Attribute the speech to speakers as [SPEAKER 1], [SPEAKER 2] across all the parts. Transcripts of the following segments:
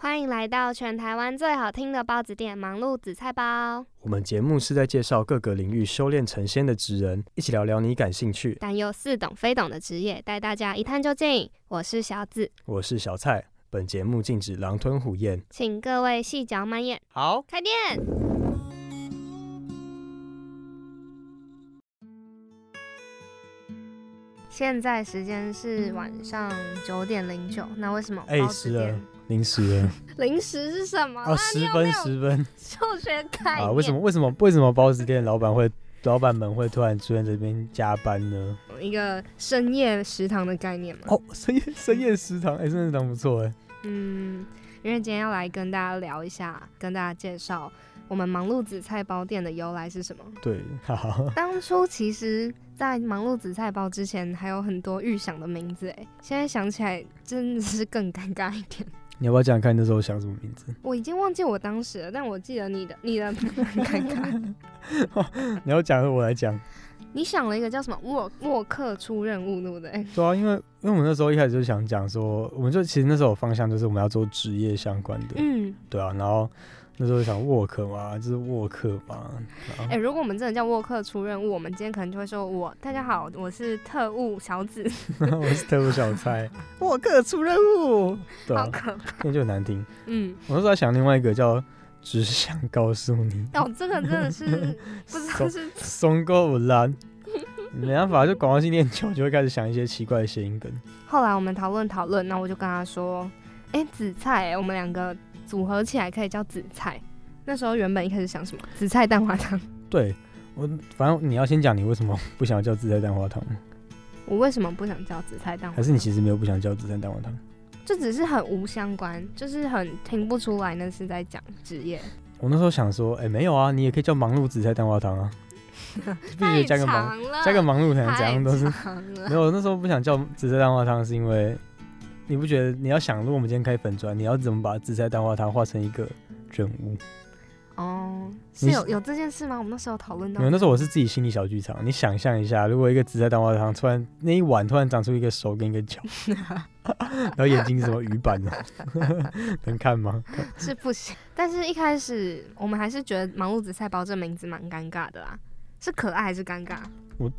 [SPEAKER 1] 欢迎来到全台湾最好听的包子店——忙碌紫菜包。
[SPEAKER 2] 我们节目是在介绍各个领域修炼成仙的职人，一起聊聊你感兴趣。
[SPEAKER 1] 但又似懂非懂的职业，带大家一探究竟。我是小紫，
[SPEAKER 2] 我是小蔡，本节目禁止狼吞虎咽。
[SPEAKER 1] 请各位细嚼慢咽，
[SPEAKER 2] 好，
[SPEAKER 1] 开店。现在时间是晚上九点零九，那为什么
[SPEAKER 2] 哎
[SPEAKER 1] 包，子
[SPEAKER 2] 十二
[SPEAKER 1] 店
[SPEAKER 2] 零十二，
[SPEAKER 1] 零食是什么？
[SPEAKER 2] 啊，十分十分
[SPEAKER 1] 数学概念
[SPEAKER 2] 啊！为什么为什么为什么包子店老板会老板们会突然出现这边加班呢？
[SPEAKER 1] 一个深夜食堂的概念嘛？
[SPEAKER 2] 哦，深夜深夜食堂，哎、深夜食堂不错哎。
[SPEAKER 1] 嗯，因为今天要来跟大家聊一下，跟大家介绍我们忙碌紫菜包店的由来是什么。
[SPEAKER 2] 对， 好，
[SPEAKER 1] 当初其实，在忙碌紫菜包之前，还有很多预想的名字，哎，现在想起来真的是更尴尬一点。
[SPEAKER 2] 你要不要讲讲看你那时候想什么名字？
[SPEAKER 1] 我已经忘记我当时了，但我记得你的，你的很尴尬。
[SPEAKER 2] 你要讲，我来讲。
[SPEAKER 1] 你想了一个叫什么沃沃克出任务，对不对？
[SPEAKER 2] 对啊，因为因为我们那时候一开始就想讲说，我们就其实那时候有方向就是我们要做职业相关的，
[SPEAKER 1] 嗯，
[SPEAKER 2] 对啊，然后那时候想沃克嘛，就是沃克嘛，
[SPEAKER 1] 哎、如果我们真的叫沃克出任务，我们今天可能就会说我：“大家好，我是特务小紫。
[SPEAKER 2] 我是特务小蔡， 沃克出任务，”对
[SPEAKER 1] 好
[SPEAKER 2] 啊，
[SPEAKER 1] 可怕。
[SPEAKER 2] 那就很难听。
[SPEAKER 1] 嗯，
[SPEAKER 2] 我那时候还想另外一个叫只想告诉你，
[SPEAKER 1] 哦，这个真的是不知道
[SPEAKER 2] 松
[SPEAKER 1] 是
[SPEAKER 2] 松哥我烂，没办法，就广告系念久就会开始想一些奇怪的谐音梗。
[SPEAKER 1] 后来我们讨论讨论，那我就跟他说：“哎、紫菜、我们两个组合起来可以叫紫菜。”那时候原本一开始想什么紫菜蛋花汤，
[SPEAKER 2] 对我，反正你要先讲你为什么不想叫紫菜蛋花汤吗，
[SPEAKER 1] 我为什么不想叫紫菜蛋花
[SPEAKER 2] 还是你其实没有不想叫紫菜蛋花汤？
[SPEAKER 1] 就只是很无相关，就是很听不出来那是在讲职业，
[SPEAKER 2] 我那时候想说，哎、没有啊，你也可以叫忙碌紫菜蛋花汤 啊， 必须
[SPEAKER 1] 太
[SPEAKER 2] 得加个忙，
[SPEAKER 1] 长了，
[SPEAKER 2] 加个忙碌才能怎
[SPEAKER 1] 太
[SPEAKER 2] 样都是。
[SPEAKER 1] 长了
[SPEAKER 2] 没有，我那时候不想叫紫菜蛋花汤，是因为你不觉得你要想，如果我们今天开粉砖，你要怎么把紫菜蛋花汤化成一个任务？
[SPEAKER 1] 哦，是
[SPEAKER 2] 你
[SPEAKER 1] 有有这件事吗？我们那时候讨论到
[SPEAKER 2] 没有，那时候我是自己心理小剧场。你想象一下，如果一个紫菜蛋花汤突然那一碗突然长出一个手跟一个 脚，然后眼睛是什么鱼板哦， 能看吗？
[SPEAKER 1] 是不行。但是一开始我们还是觉得“忙碌紫菜包”这名字蛮尴尬的啦，啊是可爱还是尴尬？
[SPEAKER 2] 我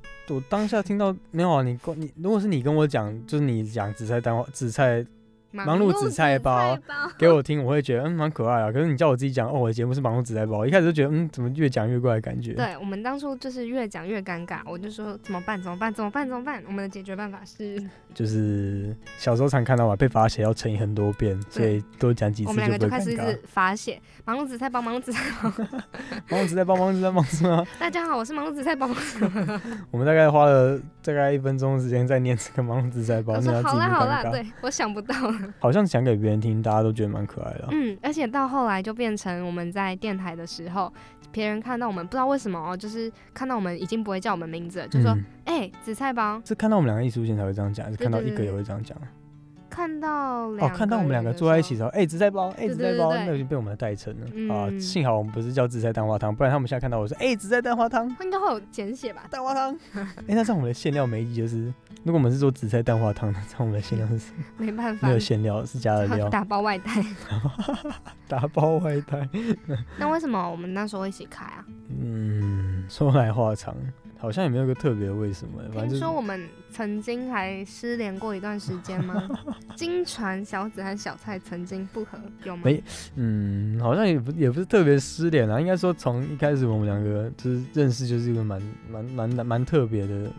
[SPEAKER 2] 当下听到没有啊？你跟你如果是你跟我讲，就是你讲紫菜蛋花紫菜忙碌紫菜包
[SPEAKER 1] 忙碌紫菜
[SPEAKER 2] 给我听，我会觉得嗯蛮可爱啊。可是你叫我自己讲哦，我的节目是忙碌紫菜包，我一开始就觉得嗯怎么越讲越怪的感觉。
[SPEAKER 1] 对我们当初就是越讲越尴尬，我就说怎么办？怎么办？怎么办？怎么办？我们的解决办法是
[SPEAKER 2] 就是小时候常看到嘛，被罚写要乘以很多遍，所以多讲几
[SPEAKER 1] 我
[SPEAKER 2] 次
[SPEAKER 1] 们两个
[SPEAKER 2] 不
[SPEAKER 1] 就
[SPEAKER 2] 会
[SPEAKER 1] 开始
[SPEAKER 2] 尴
[SPEAKER 1] 一
[SPEAKER 2] 尬
[SPEAKER 1] 直。发泄，忙碌紫菜包，忙碌紫菜包。
[SPEAKER 2] 忙碌紫菜包，忙碌紫菜包是吗？
[SPEAKER 1] 大家好，我是忙碌紫菜包。
[SPEAKER 2] 我们大概花了大概一分钟的时间在念这个忙碌紫菜包，
[SPEAKER 1] 我
[SPEAKER 2] 念到
[SPEAKER 1] 说
[SPEAKER 2] 自
[SPEAKER 1] 好
[SPEAKER 2] 己
[SPEAKER 1] 啦
[SPEAKER 2] 很
[SPEAKER 1] 好啦
[SPEAKER 2] 尴，尬。
[SPEAKER 1] 对我想不到了。
[SPEAKER 2] 好像讲给别人听，大家都觉得蛮可爱的啊、
[SPEAKER 1] 嗯，而且到后来就变成我们在电台的时候，别人看到我们不知道为什么哦，就是看到我们已经不会叫我们名字了，就说
[SPEAKER 2] 嗯
[SPEAKER 1] 哎、紫菜包，
[SPEAKER 2] 是看到我们两个一起出现才会这样讲，还是
[SPEAKER 1] 对
[SPEAKER 2] 看到
[SPEAKER 1] 对
[SPEAKER 2] 一个也
[SPEAKER 1] 对
[SPEAKER 2] 会这样讲？
[SPEAKER 1] 看到
[SPEAKER 2] 哦
[SPEAKER 1] 两，
[SPEAKER 2] 看到我们两个坐在一起的
[SPEAKER 1] 人
[SPEAKER 2] 时候，哎、紫菜包，哎、
[SPEAKER 1] 对
[SPEAKER 2] 紫
[SPEAKER 1] 对
[SPEAKER 2] 菜
[SPEAKER 1] 对
[SPEAKER 2] 包，
[SPEAKER 1] 对
[SPEAKER 2] 那已经被我们代称了、
[SPEAKER 1] 嗯
[SPEAKER 2] 啊。幸好我们不是叫紫菜蛋花汤，不然他们现在看到我说，哎、紫菜蛋花汤
[SPEAKER 1] 的时，候，应该会有简写吧？
[SPEAKER 2] 蛋花汤。哎、那这样我们的馅料没意义，就是如果我们是做紫菜蛋花汤，那这样我们的馅料 是什么
[SPEAKER 1] 没办法
[SPEAKER 2] 没有，馅料，是 加了料，
[SPEAKER 1] 打包外带。
[SPEAKER 2] 打包外带。
[SPEAKER 1] 那为什么我们那时候一起开啊？
[SPEAKER 2] 嗯，说来话长，好像也没有个特别的为什么，反正就
[SPEAKER 1] 听
[SPEAKER 2] 是
[SPEAKER 1] 说我们曾经还失联过一段时间 吗？经传小紫和小蔡曾经不和，有吗？
[SPEAKER 2] 没嗯，好像也不也不是特别失联啊，应该说从一开始我们两个就是认识，就是一个蛮蛮蛮蛮蛮特别的，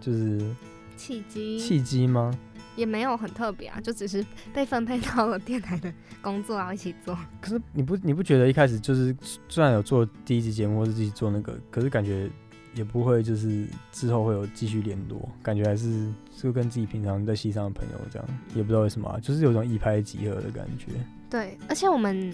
[SPEAKER 2] 就是
[SPEAKER 1] 嗯契机
[SPEAKER 2] 契机吗？
[SPEAKER 1] 也没有很特别啊，就只是被分配到了电台的工作，然后一起做。
[SPEAKER 2] 可是你不你不觉得一开始就是虽然有做第一集节目或是自己做那个，可是感觉也不会就是之后会有继续联络，感觉还是就跟自己平常在戏上的朋友这样，也不知道为什么、啊，就是有种一拍即合的感觉。
[SPEAKER 1] 对，而且我们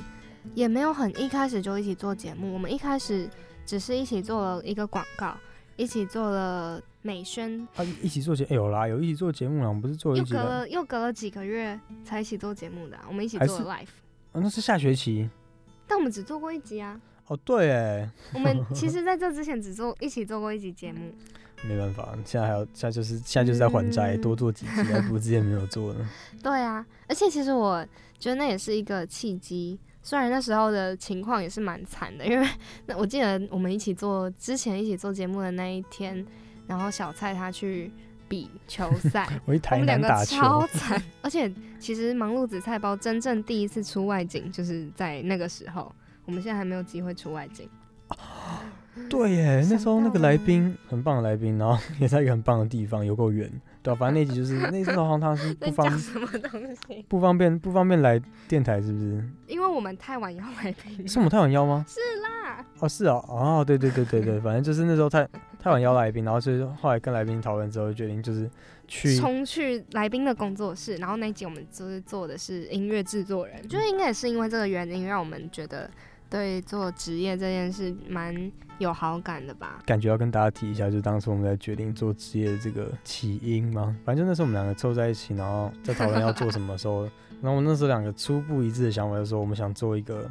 [SPEAKER 1] 也没有很一开始就一起做节目，我们一开始只是一起做了一个广告，一起做了美宣，
[SPEAKER 2] 啊，一起做节有啦，有一起做节目啦，我们不是做了一
[SPEAKER 1] 又
[SPEAKER 2] 集
[SPEAKER 1] 隔
[SPEAKER 2] 了？
[SPEAKER 1] 了又隔了几个月才一起做节目的啊、我们一起
[SPEAKER 2] 还
[SPEAKER 1] 做
[SPEAKER 2] 是
[SPEAKER 1] 了 live，
[SPEAKER 2] 啊，那是下学期。
[SPEAKER 1] 但我们只做过一集啊。
[SPEAKER 2] 哦，对，哎，
[SPEAKER 1] 我 们其实在这之前只做一起做过一集节目，
[SPEAKER 2] 没办法，现在还要，现在就是现在就是在还债，
[SPEAKER 1] 嗯
[SPEAKER 2] 多做几集，还不如之前没有做 呢。
[SPEAKER 1] 对啊，而且其实我觉得那也是一个契机。虽然那时候的情况也是蛮惨的，因为 那我记得我们一起做之前一起做节目的那一天，然后小蔡他去比球赛，
[SPEAKER 2] 我去
[SPEAKER 1] 我
[SPEAKER 2] 台
[SPEAKER 1] 们两
[SPEAKER 2] 南
[SPEAKER 1] 个
[SPEAKER 2] 打球，
[SPEAKER 1] 超惨。 而且其实忙碌紫菜包真正第一次出外景就是在那个时候，我们现在还没有机会出外景。
[SPEAKER 2] 对耶，那
[SPEAKER 1] 想
[SPEAKER 2] 时候那
[SPEAKER 1] 到
[SPEAKER 2] 个
[SPEAKER 1] 了
[SPEAKER 2] 来宾很棒的来宾，然后也在一个很棒的地方，有够远。对、啊，反正那 集就是那时候好像他是
[SPEAKER 1] 在
[SPEAKER 2] 不方
[SPEAKER 1] 讲什么东西？
[SPEAKER 2] 不方便不方便来电台，是不是？
[SPEAKER 1] 因为我们太晚要来宾
[SPEAKER 2] 是我们太晚邀吗？
[SPEAKER 1] 是啦，
[SPEAKER 2] 哦，是哦，哦，对对对对对，反正就是那时候太太晚邀来宾，然后所以后来跟来宾讨论之后，决定就是去
[SPEAKER 1] 冲去来宾的工作室，然后那一集我们就是做的是音乐制作
[SPEAKER 2] 嗯
[SPEAKER 1] 人，就是应该也是因为这个原因，让我们觉得对做职业这件事蛮有好感的吧。
[SPEAKER 2] 感觉要跟大家提一下，就当时我们在决定做职业的这个起因嘛。反正就那时候我们两个凑在一起，然后在讨论要做什么的时候， 然后我们那时候两个初步一致的想法就是说，我们想做一个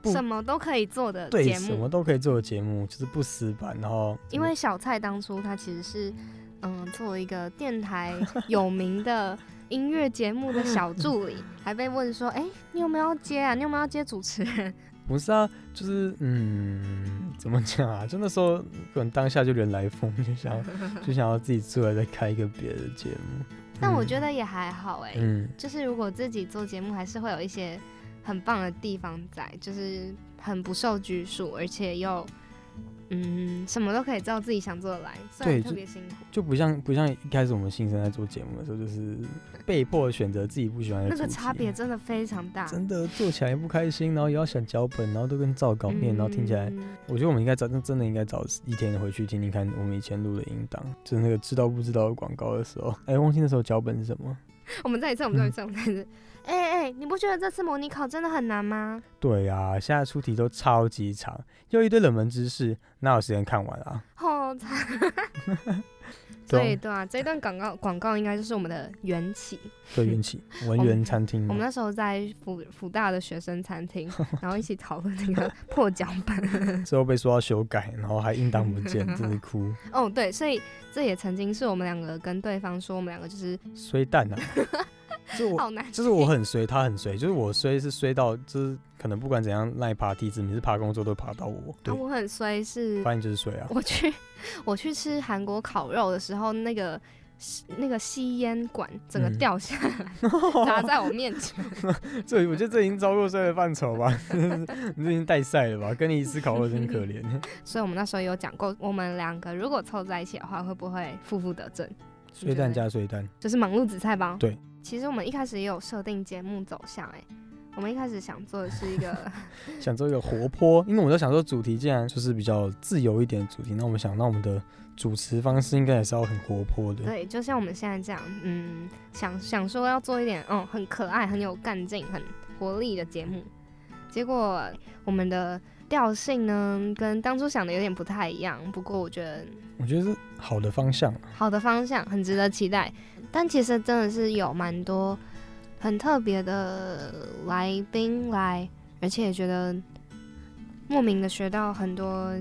[SPEAKER 2] 不
[SPEAKER 1] 什么都可以做的
[SPEAKER 2] 对
[SPEAKER 1] 节
[SPEAKER 2] 什
[SPEAKER 1] 目，
[SPEAKER 2] 么都可以做的节目，就是不死板，然后
[SPEAKER 1] 因为小蔡当初他其实是，嗯，作为一个电台有名的音乐节目的小助 理，还被问说，哎、你有没有要接啊？你有没有要接主持人？
[SPEAKER 2] 不是啊，就是嗯，怎么讲啊？就 那时候可能当下就人来疯，就 想要就想要自己出来再开一个别的节目。
[SPEAKER 1] 但我觉
[SPEAKER 2] 得，
[SPEAKER 1] 得也还好哎、
[SPEAKER 2] 嗯，
[SPEAKER 1] 就是如果自己做节目，还是会有一些很棒的地方在，就是很不受拘束，而且又嗯什么都可以照自己想做的来，虽然
[SPEAKER 2] 对
[SPEAKER 1] 特
[SPEAKER 2] 就
[SPEAKER 1] 别辛苦。
[SPEAKER 2] 就不像不像一开始我们新生在做节目的时候，就是被迫选择自己不喜欢的
[SPEAKER 1] 那个
[SPEAKER 2] 主题
[SPEAKER 1] 差别真的非常大，
[SPEAKER 2] 真的做起来也不开心，然后也要想脚本，然后都跟照稿念，然后听起来，
[SPEAKER 1] 嗯
[SPEAKER 2] 我觉得我们应该找，那真的应该找一天回去听听看我们以前录的音档，就是那个知道不知道的广告的时候，哎、忘记那时候脚本是什么。
[SPEAKER 1] 我们再一次，我们再一次，我们再一次。哎哎、你不觉得这次模拟考真的很难吗？
[SPEAKER 2] 对啊，现在出题都超级长，又一堆冷门知识，哪有时间看完啊？
[SPEAKER 1] 好惨。
[SPEAKER 2] 对
[SPEAKER 1] 对对啊，这一段广告广告应该就是我们的缘起。
[SPEAKER 2] 对，缘起 文员餐厅
[SPEAKER 1] 我们
[SPEAKER 2] 嘛，
[SPEAKER 1] 那时候在福福大的学生餐 厅，然后一起讨论那个 破脚本。
[SPEAKER 2] 之后被说要修改，然后还应当不见，真的 哭。
[SPEAKER 1] 哦，对，所以这也曾经是我们两个跟对方说，我们两个就是
[SPEAKER 2] 衰蛋 啊！就我
[SPEAKER 1] 好难，
[SPEAKER 2] 就是我很衰，他很衰，就是我衰是衰到就是可能不管怎样赖爬梯子，每次爬工作都爬到我，
[SPEAKER 1] 啊、
[SPEAKER 2] 对，
[SPEAKER 1] 我很衰是，
[SPEAKER 2] 反正就是衰啊。
[SPEAKER 1] 我去我去吃韩国烤肉的时候，那个那个吸烟管整个
[SPEAKER 2] 嗯哦
[SPEAKER 1] 掉下来，砸在我面前，
[SPEAKER 2] 这我觉得这已经超过衰的范畴吧， 你这已经带赛了吧？跟你一起烤肉真可 怜。
[SPEAKER 1] 所以我们那时候有讲过，我们两个如果凑在一起的话，会不会负负得正？
[SPEAKER 2] 衰蛋加衰蛋，
[SPEAKER 1] 就是忙碌紫菜包。
[SPEAKER 2] 对，
[SPEAKER 1] 其实我们一开始也有设定节目走向、哎，我们一开始想做的是一个
[SPEAKER 2] 想做一个活泼，因为我在想说主题既然就是比较自由一点的主题，那我们想，那我们的主持方式应该也是要很活泼的。
[SPEAKER 1] 对，就像我们现在这样，嗯，想想说要做一点，嗯，很可爱、很有干劲、很活力的节目，结果我们的调性呢，跟当初想的有点不太一样。不过我觉得
[SPEAKER 2] 我觉得是好的方向。啊
[SPEAKER 1] 好的方向很值得期待，但其实真的是有蛮多很特别的来宾来，而且也觉得莫名的学到很多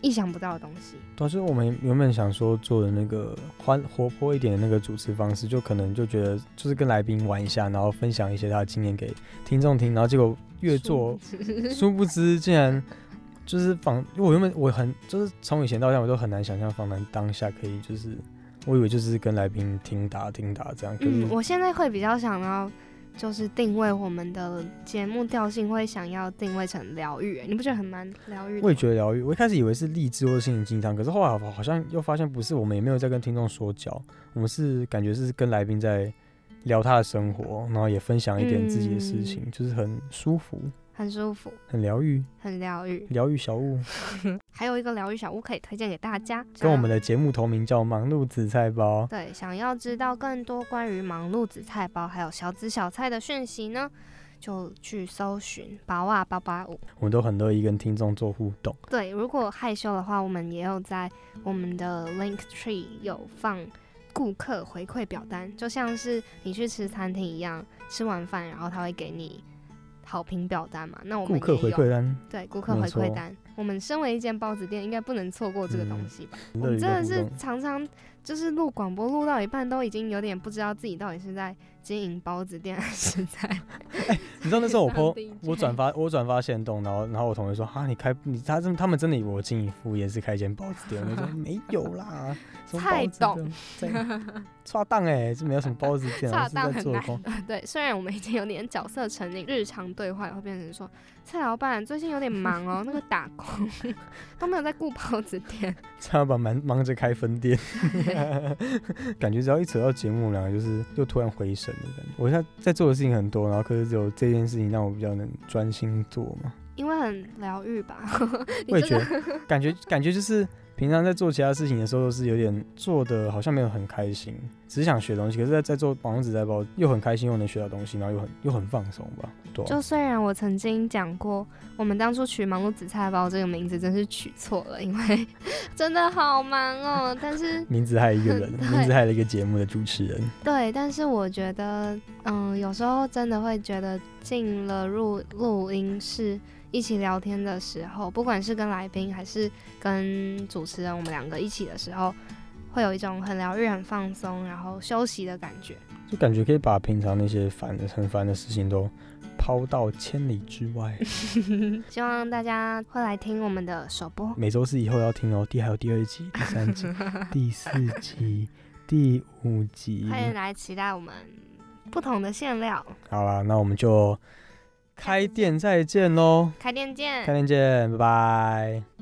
[SPEAKER 1] 意想不到的东西。
[SPEAKER 2] 当啊时我们原本想说做的那个欢活泼一点的那个主持方式，就可能就觉得就是跟来宾玩一下，然后分享一些他的经验给听众听，然后结果越做，殊不知竟然就是访，因为我原本我很就是从以前到现在我都很难想象访谈当下可以就是，我以为就是跟来宾听答听答这样，可
[SPEAKER 1] 嗯，
[SPEAKER 2] 是
[SPEAKER 1] 我现在会比较想要，就是定位我们的节目调性，会想要定位成疗愈，你不觉得很蛮疗愈的吗？
[SPEAKER 2] 我也觉得疗愈。我一开始以为是励志或是心灵鸡汤，可是后来好好像又发现不是，我们也没有在跟听众说教，我们是感觉是跟来宾在聊他的生活，然后也分享一点自己的事情，
[SPEAKER 1] 嗯
[SPEAKER 2] 就是很舒服，
[SPEAKER 1] 很舒服，
[SPEAKER 2] 很疗愈，
[SPEAKER 1] 很疗愈。
[SPEAKER 2] 疗愈小物，
[SPEAKER 1] 还有一个疗愈小屋可以推荐给大家，
[SPEAKER 2] 跟我
[SPEAKER 1] 那
[SPEAKER 2] 们的节目同名叫《忙碌紫菜包》。
[SPEAKER 1] 对，想要知道更多关于忙碌紫菜包还有小紫小菜的讯息呢，就去搜寻啊八哇八八五。
[SPEAKER 2] 我们都很乐意跟听众做互动。
[SPEAKER 1] 对，如果害羞的话，我们也有在我们的 Link Tree 有放顾客回馈表单，就像是你去吃餐厅一样，吃完饭然后他会给你好评表单嘛。那我们
[SPEAKER 2] 顾
[SPEAKER 1] 也
[SPEAKER 2] 客回
[SPEAKER 1] 有
[SPEAKER 2] 馈单，
[SPEAKER 1] 对顾客
[SPEAKER 2] 没
[SPEAKER 1] 回
[SPEAKER 2] 错
[SPEAKER 1] 馈单，我们身为一间包子店，应该不能错过这个东西吧？
[SPEAKER 2] 很
[SPEAKER 1] 我
[SPEAKER 2] 乐
[SPEAKER 1] 们
[SPEAKER 2] 于
[SPEAKER 1] 真
[SPEAKER 2] 跟互
[SPEAKER 1] 的是
[SPEAKER 2] 动。
[SPEAKER 1] 常常就是录广播录到一半，都已经有点不知道自己到底是在经营包子店还是在
[SPEAKER 2] 你知道那时候 我
[SPEAKER 1] 当
[SPEAKER 2] po
[SPEAKER 1] DJ
[SPEAKER 2] 我转发我转发现动，然后然后我同学说啊，你开你他真他们真的以为我经营副业是开一间包子店， 我就说没有啦，什么
[SPEAKER 1] 太
[SPEAKER 2] 包子店在差档哎，这没有什么包子店，啊
[SPEAKER 1] 差
[SPEAKER 2] 我是
[SPEAKER 1] 档
[SPEAKER 2] 在
[SPEAKER 1] 很
[SPEAKER 2] 做
[SPEAKER 1] 难
[SPEAKER 2] 工。
[SPEAKER 1] 对，虽然我们已经有点角色成立，日常对话会变成说，蔡老板最近有点忙哦， 那个打工都没有在顾包子店。
[SPEAKER 2] 蔡老板忙忙着开分 店， 感觉只要一扯到节目，我们两个就是又突然回神的感觉。我现在在做的事情很多，然后可是只有这件事情让我比较能专心做嘛。
[SPEAKER 1] 因为很疗 愈吧，你
[SPEAKER 2] 我也
[SPEAKER 1] 这
[SPEAKER 2] 觉
[SPEAKER 1] 个
[SPEAKER 2] 得，感觉感觉就是平常在做其他事情的时候，都是有点做的好像没有很开心，只是想学东西。可是在，在做网红纸袋包，又很开心，又能学到东西，然后又很又很放松吧。对啊、
[SPEAKER 1] 就虽然我曾经讲过，我们当初取“忙碌紫菜包”这个名字真是取错了，因为 真的好忙哦。但是
[SPEAKER 2] 名字害一个人，
[SPEAKER 1] 对
[SPEAKER 2] 名字害了一个节目的主持人。
[SPEAKER 1] 对，但是我觉得，嗯，有时候真的会觉得进了入录音室一起聊天的时候，不管是跟来宾还是跟主持人，我们两个一起的时候，会有一种很疗愈、很放松，然后休息的感觉。
[SPEAKER 2] 就感觉可以把平常那些烦的、很烦的事情都抛到千里之外。
[SPEAKER 1] 希望大家会来听我们的首 播。
[SPEAKER 2] 每周四以后要听哦，第还有第二集、第三 集、第四集、第五集。
[SPEAKER 1] 快点来期待我们不同的馅料，
[SPEAKER 2] 好啦，那我们就开店再见喽，
[SPEAKER 1] 开店见
[SPEAKER 2] 开！店见，拜拜。